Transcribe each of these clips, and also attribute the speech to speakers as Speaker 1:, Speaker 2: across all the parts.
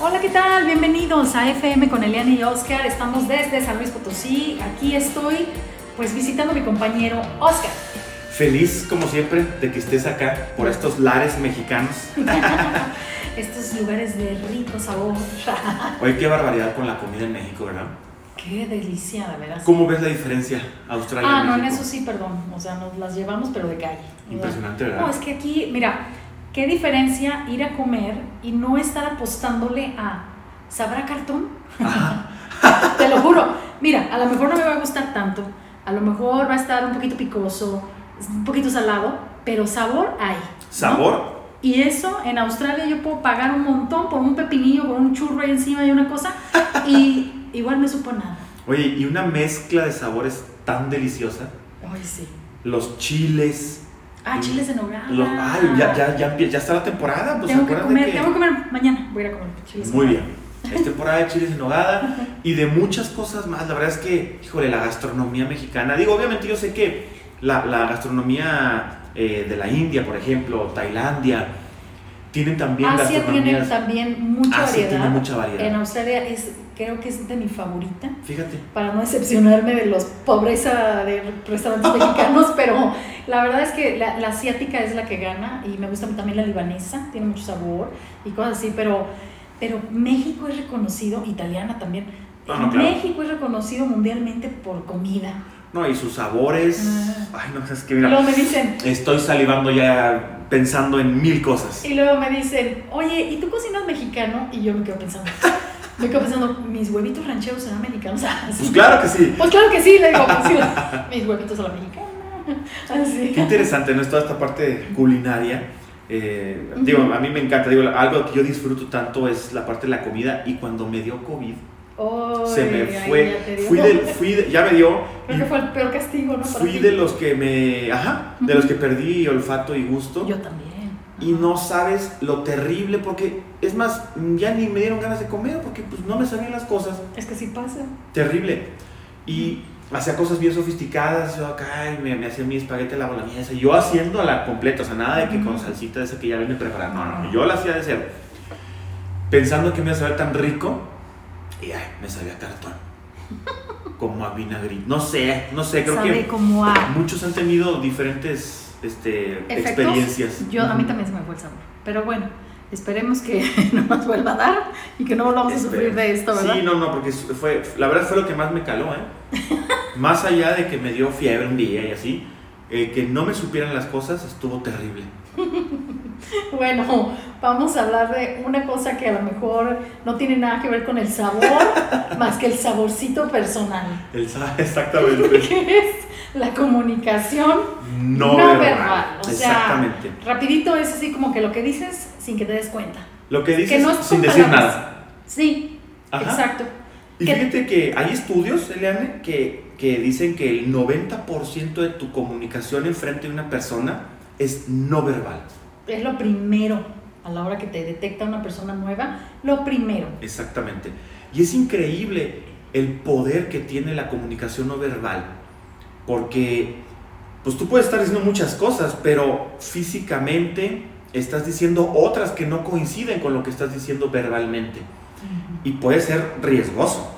Speaker 1: Hola, ¿qué tal? Bienvenidos a FM con Eliana y Oscar. Estamos desde San Luis Potosí. Aquí estoy, pues, visitando a mi compañero Oscar.
Speaker 2: Feliz, como siempre, de que estés acá por estos lares mexicanos.
Speaker 1: Estos lugares de rico sabor.
Speaker 2: Oye, qué barbaridad con la comida en México, ¿verdad?
Speaker 1: Qué delicia, de veras.
Speaker 2: ¿Cómo ves la diferencia Australia?
Speaker 1: Ah, no, en
Speaker 2: México?
Speaker 1: eso sí, perdón. O sea, nos las llevamos, pero de calle.
Speaker 2: Impresionante,
Speaker 1: No,
Speaker 2: ¿verdad?
Speaker 1: es que aquí, mira, qué diferencia ir a comer y no estar apostándole a ¿sabrá cartón?
Speaker 2: Ajá.
Speaker 1: Te lo juro. Mira, a lo mejor no me va a gustar tanto, a lo mejor va a estar un poquito picoso, un poquito salado, pero sabor hay. ¿no?
Speaker 2: ¿Sabor?
Speaker 1: Y eso en Australia yo puedo pagar un montón por un pepinillo, por un churro ahí encima y una cosa, y igual me supo nada.
Speaker 2: Oye, y una mezcla de sabores tan deliciosa.
Speaker 1: Ay, sí.
Speaker 2: Los chiles.
Speaker 1: Ah, chiles en nogada.
Speaker 2: Los, ay, ya, ya, ya, empie- ya está la temporada. Pues
Speaker 1: tengo que
Speaker 2: acuérdate
Speaker 1: comer,
Speaker 2: que-
Speaker 1: tengo que comer mañana. Voy a ir a comer chiles. en
Speaker 2: Muy
Speaker 1: nogada.
Speaker 2: bien. Es temporada de chiles en nogada y de muchas cosas más. La verdad es que, híjole, la gastronomía mexicana. Digo, obviamente yo sé que la, la gastronomía eh, de la India, por ejemplo, Tailandia, tienen también
Speaker 1: Asia tiene
Speaker 2: gastronomías-
Speaker 1: también mucha
Speaker 2: Asia
Speaker 1: variedad.
Speaker 2: Ah, tiene mucha variedad.
Speaker 1: En Australia es, creo que es de mi favorita,
Speaker 2: Fíjate.
Speaker 1: para no decepcionarme de los pobreza de restaurantes mexicanos, pero la verdad es que la, la asiática es la que gana y me gusta también la libanesa, tiene mucho sabor y cosas así, pero, pero México es reconocido, italiana también.
Speaker 2: Ah, no, claro.
Speaker 1: México es reconocido mundialmente por comida.
Speaker 2: No, y sus sabores.
Speaker 1: Ah.
Speaker 2: Ay, no, es que mira,
Speaker 1: Luego me dicen,
Speaker 2: estoy salivando ya pensando en mil cosas.
Speaker 1: Y luego me dicen, oye, ¿y tú cocinas mexicano? Y yo me quedo pensando, me quedo pensando, ¿mis huevitos rancheros serán mexicanos? Ah,
Speaker 2: Pues claro que sí.
Speaker 1: Pues claro que sí, le digo, pues sí, mis huevitos Ah, a la mexicana. Así.
Speaker 2: Qué interesante, ¿no? Es toda esta parte culinaria. Eh,
Speaker 1: Ujú.
Speaker 2: Digo, a mí me encanta. Digo, algo que yo disfruto tanto es la parte de la comida. Y cuando me dio COVID,
Speaker 1: Oy,
Speaker 2: se me
Speaker 1: ay,
Speaker 2: fue.
Speaker 1: ya te digo.
Speaker 2: Fui del, fui de- ya me dio.
Speaker 1: Creo que fue el peor castigo, ¿no?
Speaker 2: y
Speaker 1: Para
Speaker 2: fui
Speaker 1: ti.
Speaker 2: de los que me. Ajá, de
Speaker 1: Ujú.
Speaker 2: los que perdí olfato y gusto.
Speaker 1: Yo también.
Speaker 2: Y no sabes lo terrible, porque es más, ya ni me dieron ganas de comer, porque pues no me sabían las cosas.
Speaker 1: Es que sí pasa.
Speaker 2: Terrible. Y hacía cosas bien sofisticadas, yo acá, y me, me hacía mi espagueti a la boloñesa, y yo haciendo la completa, o sea, nada de que con
Speaker 1: Ujú.
Speaker 2: salsita de esa que ya viene preparada, no, no, no, yo la hacía de cero. Pensando que me iba a saber tan rico, y ay, me sabía a cartón. Como a vinagre, no sé, no sé, creo
Speaker 1: Sabe
Speaker 2: que
Speaker 1: como a
Speaker 2: muchos han tenido diferentes este,
Speaker 1: efectos.
Speaker 2: experiencias.
Speaker 1: Yo, a mí también se me fue el sabor. Pero bueno, esperemos que no nos vuelva a dar y que no volvamos a sufrir de esto, ¿verdad?
Speaker 2: Sí, no, no, porque fue, la verdad fue lo que más me caló, ¿eh? más allá de que me dio fiebre un día y así, eh, que no me supieran las cosas estuvo terrible.
Speaker 1: Bueno, vamos a hablar de una cosa que a lo mejor no tiene nada que ver con el sabor, más que el saborcito personal,
Speaker 2: El sa- exactamente.
Speaker 1: que es la comunicación.
Speaker 2: No,
Speaker 1: No
Speaker 2: verbal.
Speaker 1: verbal, o sea-
Speaker 2: Exactamente.
Speaker 1: Rapidito es así como que lo que dices sin que te des cuenta.
Speaker 2: Lo que dices
Speaker 1: que no es con
Speaker 2: sin decir
Speaker 1: palabras.
Speaker 2: nada.
Speaker 1: Sí,
Speaker 2: Ajá.
Speaker 1: exacto.
Speaker 2: Y
Speaker 1: que-
Speaker 2: fíjate que hay estudios, Eliane, que, que dicen que el 90% de tu comunicación enfrente de una persona es no verbal.
Speaker 1: Es lo primero a la hora que te detecta una persona nueva, lo primero.
Speaker 2: Exactamente. Y es increíble el poder que tiene la comunicación no verbal. Porque, pues tú puedes estar diciendo muchas cosas, pero físicamente estás diciendo otras que no coinciden con lo que estás diciendo verbalmente. Y puede ser riesgoso.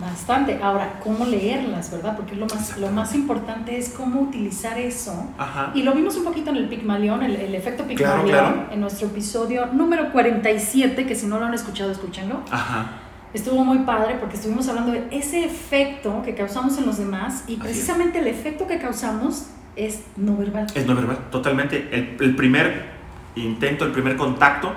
Speaker 1: Bastante. Ahora, cómo leerlas, ¿verdad? Porque lo más, lo más importante es cómo utilizar eso
Speaker 2: Ajá.
Speaker 1: Y lo vimos un poquito en el Pigmalión, el, el efecto Pigmalión,
Speaker 2: claro.
Speaker 1: en nuestro episodio número 47, que si no lo han escuchado, escúchenlo.
Speaker 2: Ajá.
Speaker 1: Estuvo muy padre porque estuvimos hablando de ese efecto que causamos en los demás y
Speaker 2: es.
Speaker 1: precisamente el efecto que causamos es no verbal.
Speaker 2: Es no verbal, totalmente. El, el primer intento, el primer contacto,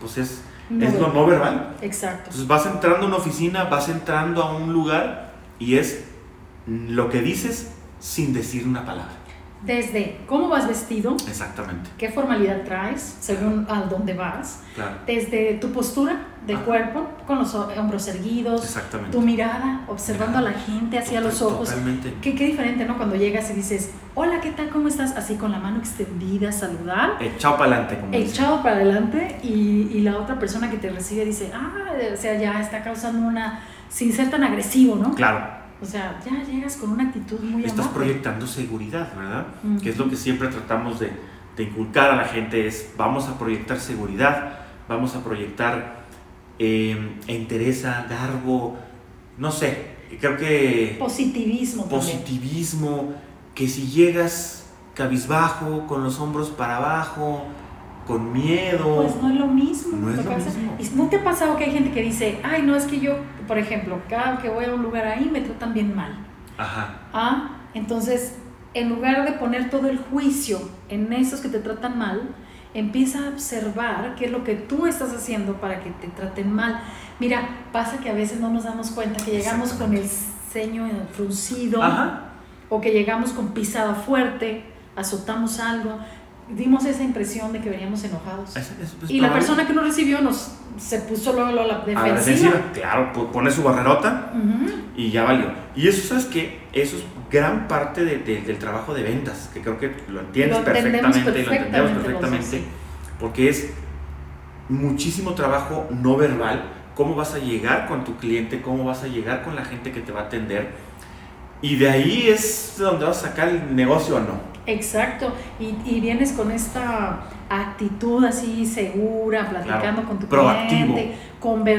Speaker 2: pues es,
Speaker 1: No
Speaker 2: es lo
Speaker 1: verbal.
Speaker 2: no verbal.
Speaker 1: Exacto.
Speaker 2: Entonces vas entrando a una oficina, vas entrando a un lugar y es lo que dices sin decir una palabra.
Speaker 1: Desde cómo vas vestido,
Speaker 2: Exactamente,
Speaker 1: qué formalidad traes según a dónde vas,
Speaker 2: claro.
Speaker 1: desde tu postura de
Speaker 2: Ajá.
Speaker 1: cuerpo, con los hombros erguidos,
Speaker 2: Exactamente.
Speaker 1: tu mirada, observando a la gente hacia los
Speaker 2: Total-
Speaker 1: ojos,
Speaker 2: Totalmente.
Speaker 1: Qué, qué diferente, ¿no? Cuando llegas y dices, hola, ¿qué tal? ¿Cómo estás? Así con la mano extendida, saludar,
Speaker 2: Echado para adelante, como dicen.
Speaker 1: echado para adelante y, y la otra persona que te recibe dice, ah, o sea, ya está causando una, sin ser tan agresivo, ¿no?
Speaker 2: Claro,
Speaker 1: O sea, ya llegas con una actitud muy
Speaker 2: estás
Speaker 1: amable.
Speaker 2: proyectando seguridad, ¿verdad?
Speaker 1: Ujú.
Speaker 2: Que es lo que siempre tratamos de, de inculcar a la gente, es vamos a proyectar seguridad, vamos a proyectar eh, entereza, garbo, no sé, creo que
Speaker 1: Positivismo. también.
Speaker 2: positivismo, que si llegas cabizbajo, con los hombros para abajo, con miedo,
Speaker 1: Pues no es lo mismo.
Speaker 2: No es lo
Speaker 1: porque a veces-
Speaker 2: mismo.
Speaker 1: ¿Y ¿No te ha pasado que hay gente que dice, ay, no, es que yo, por ejemplo, cada que voy a un lugar ahí me tratan bien mal?
Speaker 2: ajá,
Speaker 1: Ah, entonces, en lugar de poner todo el juicio en esos que te tratan mal, empieza a observar qué es lo que tú estás haciendo para que te traten mal. Mira, pasa que a veces no nos damos cuenta que llegamos con el ceño fruncido
Speaker 2: ajá,
Speaker 1: o que llegamos con pisada fuerte, azotamos algo, dimos esa impresión de que veníamos enojados.
Speaker 2: es- es- es
Speaker 1: Y la
Speaker 2: probable.
Speaker 1: persona que no recibió nos se puso luego, luego la
Speaker 2: A la
Speaker 1: defensiva.
Speaker 2: defensiva, claro, po- pone su barrerota
Speaker 1: Ujú.
Speaker 2: y ya valió. Y eso, ¿sabes qué? Eso es gran parte de- de- del trabajo de ventas, que creo que lo entiendes
Speaker 1: Lo entendemos
Speaker 2: perfectamente, lo entendemos
Speaker 1: perfectamente los dos,
Speaker 2: perfectamente,
Speaker 1: sí.
Speaker 2: porque es muchísimo trabajo no verbal, cómo vas a llegar con tu cliente, cómo vas a llegar con la gente que te va a atender, y de ahí es donde vas a sacar el negocio o no.
Speaker 1: Exacto. Y, y vienes con esta actitud así segura, platicando con tu
Speaker 2: proactivo.
Speaker 1: cliente,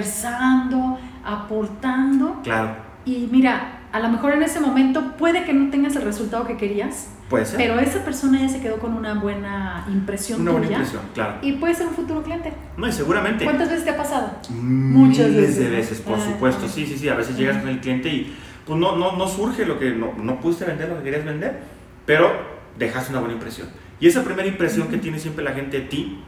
Speaker 1: conversando, aportando.
Speaker 2: Claro,
Speaker 1: Y mira, a lo mejor en ese momento puede que no tengas el resultado que querías,
Speaker 2: puede ser.
Speaker 1: pero esa persona ya se quedó con una buena impresión
Speaker 2: Una buena
Speaker 1: tuya.
Speaker 2: impresión, claro.
Speaker 1: Y puede ser un futuro cliente.
Speaker 2: No, y seguramente.
Speaker 1: ¿Cuántas veces te ha pasado?
Speaker 2: Muchas
Speaker 1: Muchas
Speaker 2: de
Speaker 1: veces.
Speaker 2: veces, por
Speaker 1: Ah,
Speaker 2: supuesto.
Speaker 1: ah.
Speaker 2: Sí, sí, sí. A veces llegas
Speaker 1: Ajá.
Speaker 2: con el cliente y pues no, no, no surge lo que no, no pudiste vender lo que querías vender, pero dejas una buena impresión. Y esa primera impresión que tiene siempre la gente de ti,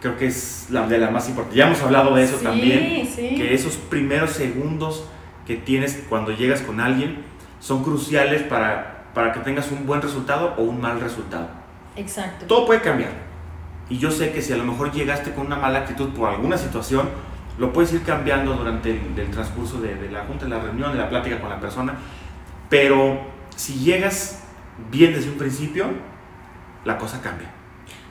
Speaker 2: creo que es la de la más importante. Ya hemos hablado de eso
Speaker 1: sí,
Speaker 2: también,
Speaker 1: sí.
Speaker 2: que esos primeros segundos que tienes cuando llegas con alguien son cruciales para, para que tengas un buen resultado o un mal resultado.
Speaker 1: Exacto.
Speaker 2: Todo puede cambiar. Y yo sé que si a lo mejor llegaste con una mala actitud por alguna situación, lo puedes ir cambiando durante el, el transcurso de, de la junta, de la reunión, de la plática con la persona. Pero si llegas bien desde un principio, la cosa cambia.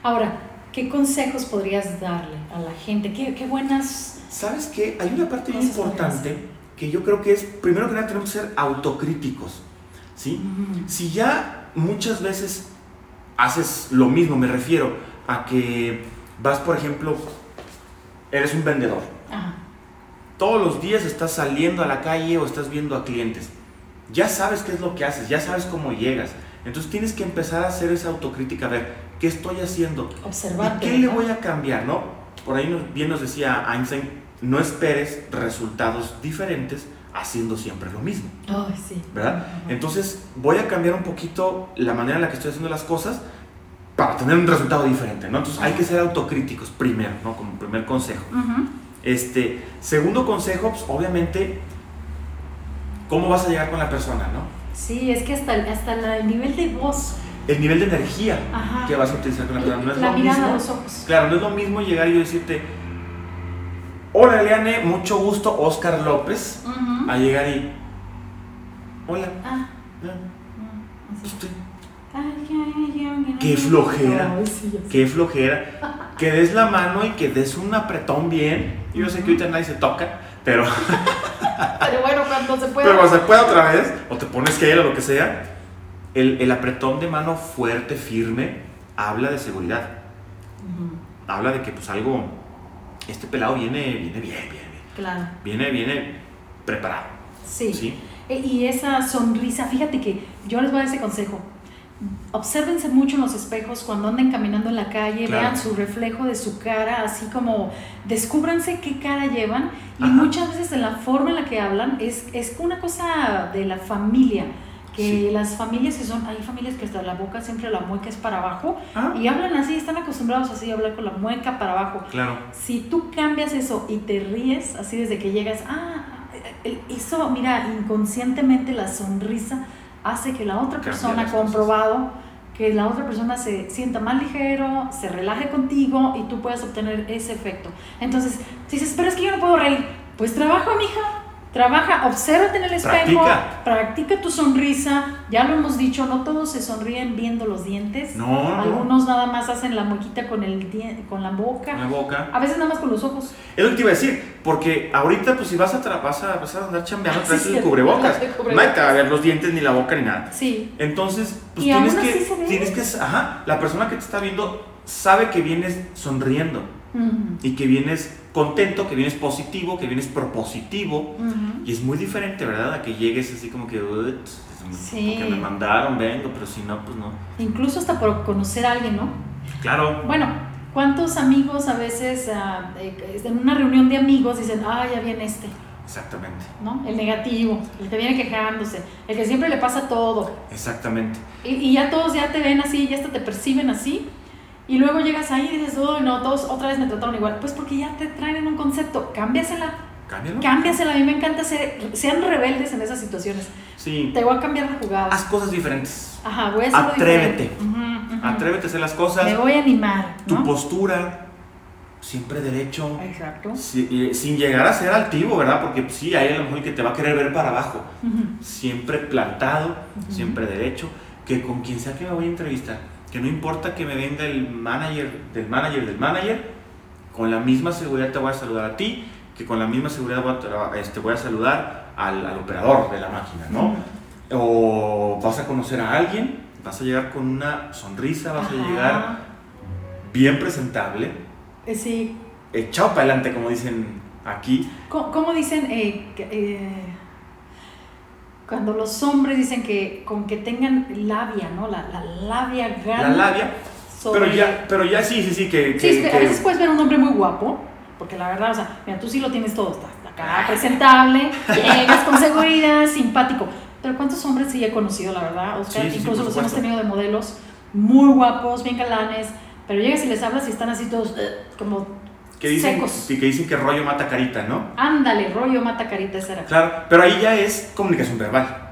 Speaker 1: Ahora, ¿qué consejos podrías darle a la gente? ¿Qué, qué buenas?
Speaker 2: ¿Sabes qué? Hay una parte bien
Speaker 1: Cosas
Speaker 2: importante que yo creo que es, primero que nada, tenemos que ser autocríticos. ¿Sí?
Speaker 1: mm,
Speaker 2: Si ya muchas veces haces lo mismo, me refiero a que vas, por ejemplo, eres un vendedor.
Speaker 1: Ajá.
Speaker 2: Todos los días estás saliendo a la calle o estás viendo a clientes. Ya sabes qué es lo que haces, ya sabes cómo llegas. Entonces tienes que empezar a hacer esa autocrítica, a ver, ¿qué estoy haciendo? ¿Y
Speaker 1: Observarte.
Speaker 2: qué le
Speaker 1: ¿no?
Speaker 2: voy a cambiar, no? Por ahí nos- bien nos decía Einstein, no esperes resultados diferentes haciendo siempre lo mismo.
Speaker 1: Ay, sí.
Speaker 2: ¿verdad?
Speaker 1: Ajá.
Speaker 2: Entonces voy a cambiar un poquito la manera en la que estoy haciendo las cosas para tener un resultado diferente, ¿no? Entonces hay que ser autocríticos primero, ¿no? Como primer consejo.
Speaker 1: Ujú.
Speaker 2: Este, segundo consejo, pues, obviamente, ¿cómo vas a llegar con la persona, ¿no?
Speaker 1: Sí, es que hasta, el- hasta la- el nivel de voz.
Speaker 2: El nivel de energía
Speaker 1: Ajá.
Speaker 2: que vas a utilizar con la persona. No es
Speaker 1: la
Speaker 2: lo
Speaker 1: mirada a
Speaker 2: mismo.
Speaker 1: los ojos.
Speaker 2: Claro, no es lo mismo llegar y yo decirte, hola Eliane, mucho gusto, Oscar López,
Speaker 1: Ujú.
Speaker 2: a llegar y, hola,
Speaker 1: Ah,
Speaker 2: ah,
Speaker 1: mm, así.
Speaker 2: usted,
Speaker 1: Ay, ay, ay, ay,
Speaker 2: Qué
Speaker 1: ay.
Speaker 2: flojera.
Speaker 1: Ay, sí, ya sé.
Speaker 2: qué flojera, que des la mano y que des un apretón bien. Yo sé que ahorita nadie se toca, pero,
Speaker 1: Pero bueno, cuando se pueda.
Speaker 2: pero se puede otra vez, o te pones gel o lo que sea. El, el apretón de mano fuerte, firme, habla de seguridad.
Speaker 1: Ujú,
Speaker 2: Habla de que pues algo, este pelado viene, viene bien, viene bien.
Speaker 1: Claro,
Speaker 2: Viene, viene preparado,
Speaker 1: sí.
Speaker 2: ¿sí?
Speaker 1: E- Y esa sonrisa, fíjate que yo les voy a dar ese consejo. Obsérvense mucho en los espejos cuando anden caminando en la calle,
Speaker 2: Claro.
Speaker 1: vean su reflejo de su cara, así como descúbranse qué cara llevan. Y
Speaker 2: Ajá.
Speaker 1: muchas veces en la forma en la que hablan es, es una cosa de la familia. Que
Speaker 2: Sí.
Speaker 1: las familias que son, hay familias que hasta la boca siempre la mueca es para abajo
Speaker 2: Ah,
Speaker 1: y hablan así, están acostumbrados así a hablar con la mueca para abajo.
Speaker 2: claro.
Speaker 1: Si tú cambias eso y te ríes, así desde que llegas, ah, el- eso, mira, inconscientemente la sonrisa hace que la otra
Speaker 2: Cambia
Speaker 1: persona,
Speaker 2: las cosas.
Speaker 1: comprobado, que la otra persona se sienta más ligero, se relaje contigo y tú puedas obtener ese efecto. Entonces, si dices, pero es que yo no puedo reír, pues trabaja, mija. Trabaja, obsérvate en el espejo,
Speaker 2: Practica.
Speaker 1: practica tu sonrisa. Ya lo hemos dicho, no todos se sonríen viendo los dientes.
Speaker 2: No, no.
Speaker 1: Algunos nada más hacen la moquita con, el dien- con la boca.
Speaker 2: Una boca.
Speaker 1: A veces nada más con los ojos.
Speaker 2: Es lo que te iba a decir, porque ahorita pues si vas a, tra- vas a, vas a andar chambeando,
Speaker 1: Ah, sí,
Speaker 2: traes el
Speaker 1: cierto,
Speaker 2: cubrebocas.
Speaker 1: el cubrebocas.
Speaker 2: Nadie te va a ver los dientes ni la boca ni nada.
Speaker 1: Sí,
Speaker 2: Entonces, pues
Speaker 1: Y aún
Speaker 2: tienes que,
Speaker 1: así se ve.
Speaker 2: tienes que, ajá, la persona que te está viendo sabe que vienes sonriendo.
Speaker 1: Ujú,
Speaker 2: y que vienes contento, que vienes positivo, que vienes propositivo.
Speaker 1: ujú.
Speaker 2: Y es muy diferente, ¿verdad? A que llegues así como que, "Ut, pues,
Speaker 1: Sí.
Speaker 2: porque me mandaron, vengo, pero si no, pues no.
Speaker 1: Incluso hasta por conocer a alguien, ¿no?
Speaker 2: Claro,
Speaker 1: Bueno, ¿cuántos amigos a veces ah, eh, en una reunión de amigos dicen, ah, ya viene este,
Speaker 2: exactamente,
Speaker 1: ¿no? El negativo, el que viene quejándose, el que siempre le pasa todo.
Speaker 2: exactamente.
Speaker 1: Y, y ya todos ya te ven así, ya hasta te perciben así. Y luego llegas ahí y dices, oh, no, todos otra vez me trataron igual. Pues porque ya te traen en un concepto, cámbiasela,
Speaker 2: Cámbialo.
Speaker 1: cámbiasela. A mí me encanta ser, sean rebeldes en esas situaciones.
Speaker 2: Sí,
Speaker 1: Te voy a cambiar la jugada.
Speaker 2: haz cosas diferentes.
Speaker 1: Ajá, voy a hacerlo
Speaker 2: Atrévete.
Speaker 1: diferente. Ujú, ujú.
Speaker 2: Atrévete a hacer las
Speaker 1: Me
Speaker 2: cosas,
Speaker 1: voy a animar,
Speaker 2: tu
Speaker 1: ¿no?
Speaker 2: postura, siempre derecho.
Speaker 1: Exacto.
Speaker 2: si- eh, sin llegar a ser altivo, ¿verdad? Porque pues, sí, hay a lo mejor el que te va a querer ver para abajo.
Speaker 1: Ujú.
Speaker 2: siempre plantado,
Speaker 1: Ujú.
Speaker 2: siempre derecho, que con quien sea que me voy a entrevistar, que no importa que me venga el manager del manager del manager, con la misma seguridad te voy a saludar a ti, que con la misma seguridad voy a, tra- este, voy a saludar al, al operador de la máquina, ¿no? O vas a conocer a alguien, vas a llegar con una sonrisa, vas a
Speaker 1: Ajá.
Speaker 2: llegar bien presentable,
Speaker 1: Eh, Sí,
Speaker 2: echado para adelante, como dicen aquí.
Speaker 1: ¿Cómo, cómo dicen eh, que, eh, cuando los hombres dicen que con que tengan labia, ¿no? La, la labia
Speaker 2: La
Speaker 1: grande.
Speaker 2: labia,
Speaker 1: sobre-
Speaker 2: pero ya, pero ya sí, sí, sí, que,
Speaker 1: Sí,
Speaker 2: que-
Speaker 1: es que a
Speaker 2: que-
Speaker 1: veces puedes ver a un hombre muy guapo, porque la verdad, o sea, mira, tú sí lo tienes todo, está acá presentable, llegas con seguridad, simpático. Pero ¿cuántos hombres sí he conocido, la verdad, Oscar?
Speaker 2: Sí, sí, sí,
Speaker 1: Incluso
Speaker 2: por
Speaker 1: los hemos
Speaker 2: supuesto.
Speaker 1: tenido de modelos muy guapos, bien galanes, pero llegas y les hablas y están así todos eh, como,
Speaker 2: que dicen,
Speaker 1: secos.
Speaker 2: que dicen que rollo mata carita, ¿no?
Speaker 1: ándale, rollo, mata carita, esa era.
Speaker 2: Claro, pero ahí ya es comunicación verbal.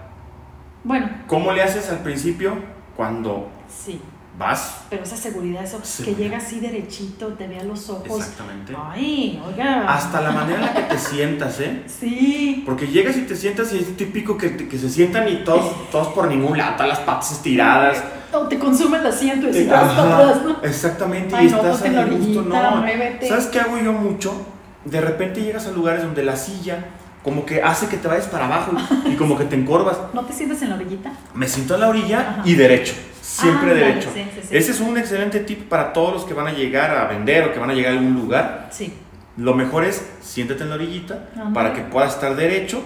Speaker 1: Bueno,
Speaker 2: ¿Cómo le haces al principio cuando
Speaker 1: sí.
Speaker 2: vas?
Speaker 1: Pero esa seguridad, eso
Speaker 2: Seguridad.
Speaker 1: que llega así derechito, te vea los ojos.
Speaker 2: Exactamente.
Speaker 1: ah. Ay, oiga.
Speaker 2: Hasta la manera en la que te sientas, ¿eh?
Speaker 1: Sí.
Speaker 2: Porque llegas y te sientas y es típico que, te- que se sientan y todos, todos por ningún lado, todas las patas estiradas.
Speaker 1: O te consume el asiento y
Speaker 2: Te-
Speaker 1: así vas
Speaker 2: ajá,
Speaker 1: para atrás, ¿no?
Speaker 2: Exactamente,
Speaker 1: Ay,
Speaker 2: y
Speaker 1: no,
Speaker 2: estás
Speaker 1: ponte en
Speaker 2: ahí
Speaker 1: la
Speaker 2: a gusto,
Speaker 1: orillita,
Speaker 2: no.
Speaker 1: muévete.
Speaker 2: ¿Sabes qué hago yo mucho? De repente llegas a lugares donde la silla como que hace que te vayas para abajo y y como que te encorvas.
Speaker 1: ¿No te sientas en la orillita?
Speaker 2: Me siento a la orilla
Speaker 1: Ajá.
Speaker 2: y derecho. Siempre
Speaker 1: Ándale,
Speaker 2: derecho.
Speaker 1: sí, sí, sí.
Speaker 2: Ese es un excelente tip para todos los que van a llegar a vender o que van a llegar a algún lugar.
Speaker 1: Sí.
Speaker 2: Lo mejor es siéntate en la orillita
Speaker 1: Ándale.
Speaker 2: para que puedas estar derecho.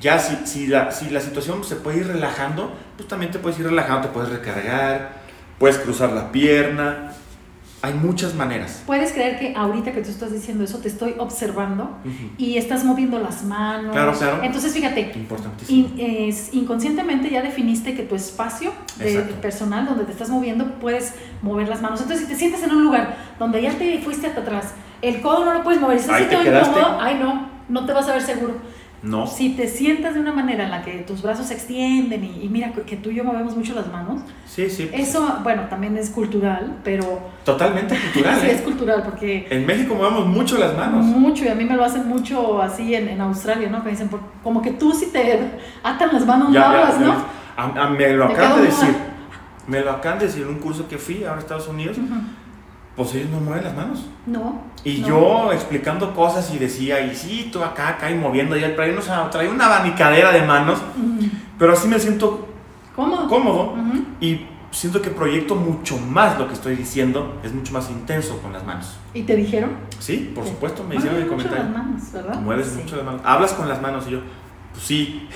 Speaker 2: Ya si, si, la, si la situación se puede ir relajando, pues también te puedes ir relajando, te puedes recargar, puedes cruzar la pierna. Hay muchas maneras.
Speaker 1: Puedes creer que ahorita que tú estás diciendo eso, te estoy observando
Speaker 2: Ujú.
Speaker 1: y estás moviendo las manos.
Speaker 2: Claro, claro.
Speaker 1: Entonces, fíjate,
Speaker 2: Importantísimo.
Speaker 1: in- es- inconscientemente ya definiste que tu espacio de-
Speaker 2: Exacto.
Speaker 1: personal donde te estás moviendo puedes mover las manos. Entonces, si te sientes en un lugar donde ya te fuiste hasta atrás, el codo no lo puedes mover, estás
Speaker 2: Ahí
Speaker 1: así
Speaker 2: te
Speaker 1: todo
Speaker 2: quedaste.
Speaker 1: incómodo, ay no, no te vas a ver seguro.
Speaker 2: No.
Speaker 1: Si te sientas de una manera en la que tus brazos se extienden y, y mira que- que tú y yo movemos mucho las manos,
Speaker 2: Sí, sí. pues,
Speaker 1: eso, bueno, también es cultural, pero
Speaker 2: Totalmente cultural.
Speaker 1: sí
Speaker 2: ¿eh?
Speaker 1: es cultural porque
Speaker 2: En México movemos mucho las manos.
Speaker 1: mucho, y a mí me lo hacen mucho así en, en Australia, ¿no? Que dicen, por- como que tú si te atan las manos,
Speaker 2: Ya,
Speaker 1: no
Speaker 2: ya,
Speaker 1: hablas,
Speaker 2: ya.
Speaker 1: ¿no?
Speaker 2: A- a- me lo
Speaker 1: Te
Speaker 2: acaban
Speaker 1: quedó
Speaker 2: de
Speaker 1: una.
Speaker 2: decir. Me lo acaban de decir en un curso que fui ahora a Estados Unidos. Pues ellos no mueven las manos.
Speaker 1: No.
Speaker 2: Y
Speaker 1: no.
Speaker 2: yo explicando cosas y decía, y sí, tú acá, acá, y moviendo. Y él traía, unos- traía una abanicadera de manos.
Speaker 1: Mm.
Speaker 2: Pero así me siento
Speaker 1: ¿Cómo?
Speaker 2: cómodo.
Speaker 1: Ujú.
Speaker 2: Y siento que proyecto mucho más lo que estoy diciendo. Es mucho más intenso con las manos.
Speaker 1: ¿Y te dijeron?
Speaker 2: Sí, por
Speaker 1: Sí.
Speaker 2: supuesto, me
Speaker 1: Mueves
Speaker 2: hicieron el
Speaker 1: mucho
Speaker 2: comentario.
Speaker 1: las manos, ¿verdad?
Speaker 2: Mueves
Speaker 1: Sí.
Speaker 2: mucho las manos. Hablas con las manos. Y yo, pues sí.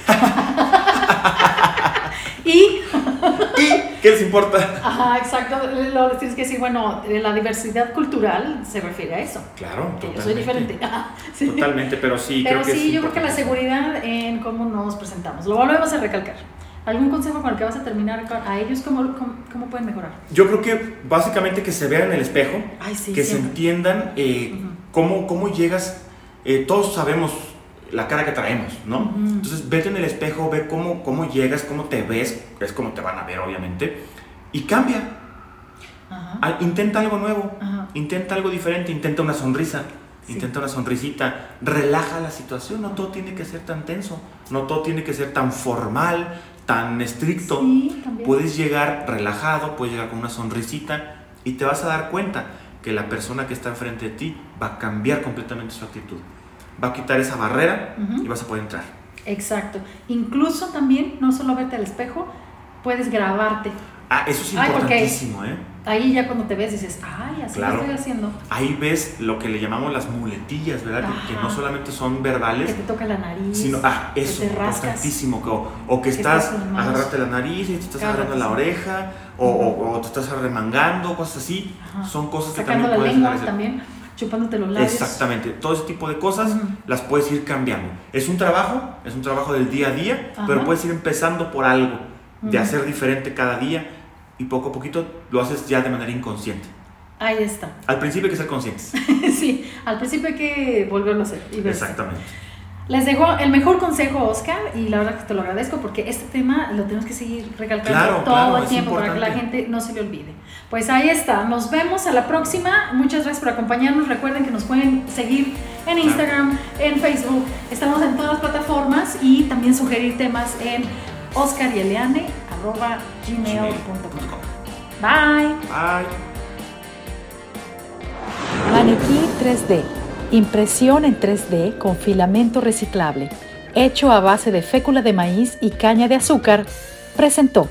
Speaker 1: Y,
Speaker 2: ¿Y qué les importa?
Speaker 1: ajá, exacto, lo tienes que decir, bueno, eh, la diversidad cultural se refiere a eso.
Speaker 2: Claro,
Speaker 1: Que
Speaker 2: totalmente.
Speaker 1: yo soy diferente. Ah, Sí.
Speaker 2: Totalmente, pero sí.
Speaker 1: Pero
Speaker 2: creo que
Speaker 1: sí,
Speaker 2: es
Speaker 1: yo creo que la
Speaker 2: importante.
Speaker 1: seguridad en cómo nos presentamos. Lo volvemos a recalcar. ¿Algún consejo con el que vas a terminar con- a ellos? ¿Cómo, cómo, cómo pueden mejorar?
Speaker 2: Yo creo que básicamente que se vean en el espejo,
Speaker 1: Ay, sí,
Speaker 2: que se
Speaker 1: siempre.
Speaker 2: entiendan eh,
Speaker 1: Ujú.
Speaker 2: cómo, cómo llegas. eh, todos sabemos la cara que traemos, ¿no?
Speaker 1: Ujú.
Speaker 2: Entonces, vete en el espejo, ve cómo, cómo llegas, cómo te ves, es como te van a ver, obviamente, y cambia.
Speaker 1: Ajá.
Speaker 2: Ah, Intenta algo nuevo,
Speaker 1: Ajá.
Speaker 2: intenta algo diferente, intenta una sonrisa,
Speaker 1: Sí.
Speaker 2: intenta una sonrisita, relaja la situación, no todo tiene que ser tan tenso, no todo tiene que ser tan formal, tan estricto.
Speaker 1: Sí, también.
Speaker 2: Puedes llegar relajado, puedes llegar con una sonrisita y te vas a dar cuenta que la persona que está enfrente de ti va a cambiar completamente su actitud. Va a quitar esa barrera
Speaker 1: Ujú.
Speaker 2: y vas a poder entrar.
Speaker 1: Exacto. Incluso también, no solo verte al espejo, puedes grabarte.
Speaker 2: Ah, eso es
Speaker 1: Ay, porque-
Speaker 2: importantísimo, ¿eh?
Speaker 1: Ahí ya cuando te ves dices, ay, así
Speaker 2: Claro.
Speaker 1: lo estoy haciendo.
Speaker 2: Ahí ves lo que le llamamos las muletillas, ¿verdad? Que- Que,
Speaker 1: Ajá.
Speaker 2: no solamente son
Speaker 1: Que
Speaker 2: verbales,
Speaker 1: te toca la nariz.
Speaker 2: sino, ah,
Speaker 1: que
Speaker 2: eso,
Speaker 1: te rascas.
Speaker 2: importantísimo. que o, o que
Speaker 1: Que
Speaker 2: estás
Speaker 1: estás en manos.
Speaker 2: agarrándote la nariz, y te estás
Speaker 1: Claro,
Speaker 2: agarrando la
Speaker 1: sí.
Speaker 2: oreja, o, o- o te estás arremangando, cosas así.
Speaker 1: Ajá.
Speaker 2: Son cosas que
Speaker 1: Sacando
Speaker 2: también
Speaker 1: la
Speaker 2: puedes
Speaker 1: lengua
Speaker 2: realizar.
Speaker 1: también, chupándote los labios.
Speaker 2: Exactamente, todo ese tipo de cosas
Speaker 1: Ujú.
Speaker 2: las puedes ir cambiando. Es un trabajo, es un trabajo del día a día,
Speaker 1: Ajá.
Speaker 2: pero puedes ir empezando por algo, de
Speaker 1: Ujú.
Speaker 2: hacer diferente cada día y poco a poquito lo haces ya de manera inconsciente.
Speaker 1: Ahí está.
Speaker 2: Al principio hay que ser conscientes.
Speaker 1: sí, al principio hay que volverlo a hacer y verse.
Speaker 2: Exactamente.
Speaker 1: Les dejo el mejor consejo, Oscar, y la verdad que te lo agradezco porque este tema lo tenemos que seguir recalcando
Speaker 2: Claro,
Speaker 1: todo
Speaker 2: claro,
Speaker 1: el
Speaker 2: es
Speaker 1: tiempo para que la
Speaker 2: importante.
Speaker 1: gente no se le olvide. Pues ahí está, nos vemos a la próxima. Muchas gracias por acompañarnos. Recuerden que nos pueden seguir en Instagram, en Facebook, estamos en todas las plataformas y también sugerir temas en oscaryeleane.gmail.com. Bye.
Speaker 2: Bye.
Speaker 1: Maniquí 3D. Impresión en 3D con filamento reciclable. Hecho a base de fécula de maíz y caña de azúcar. Presentó.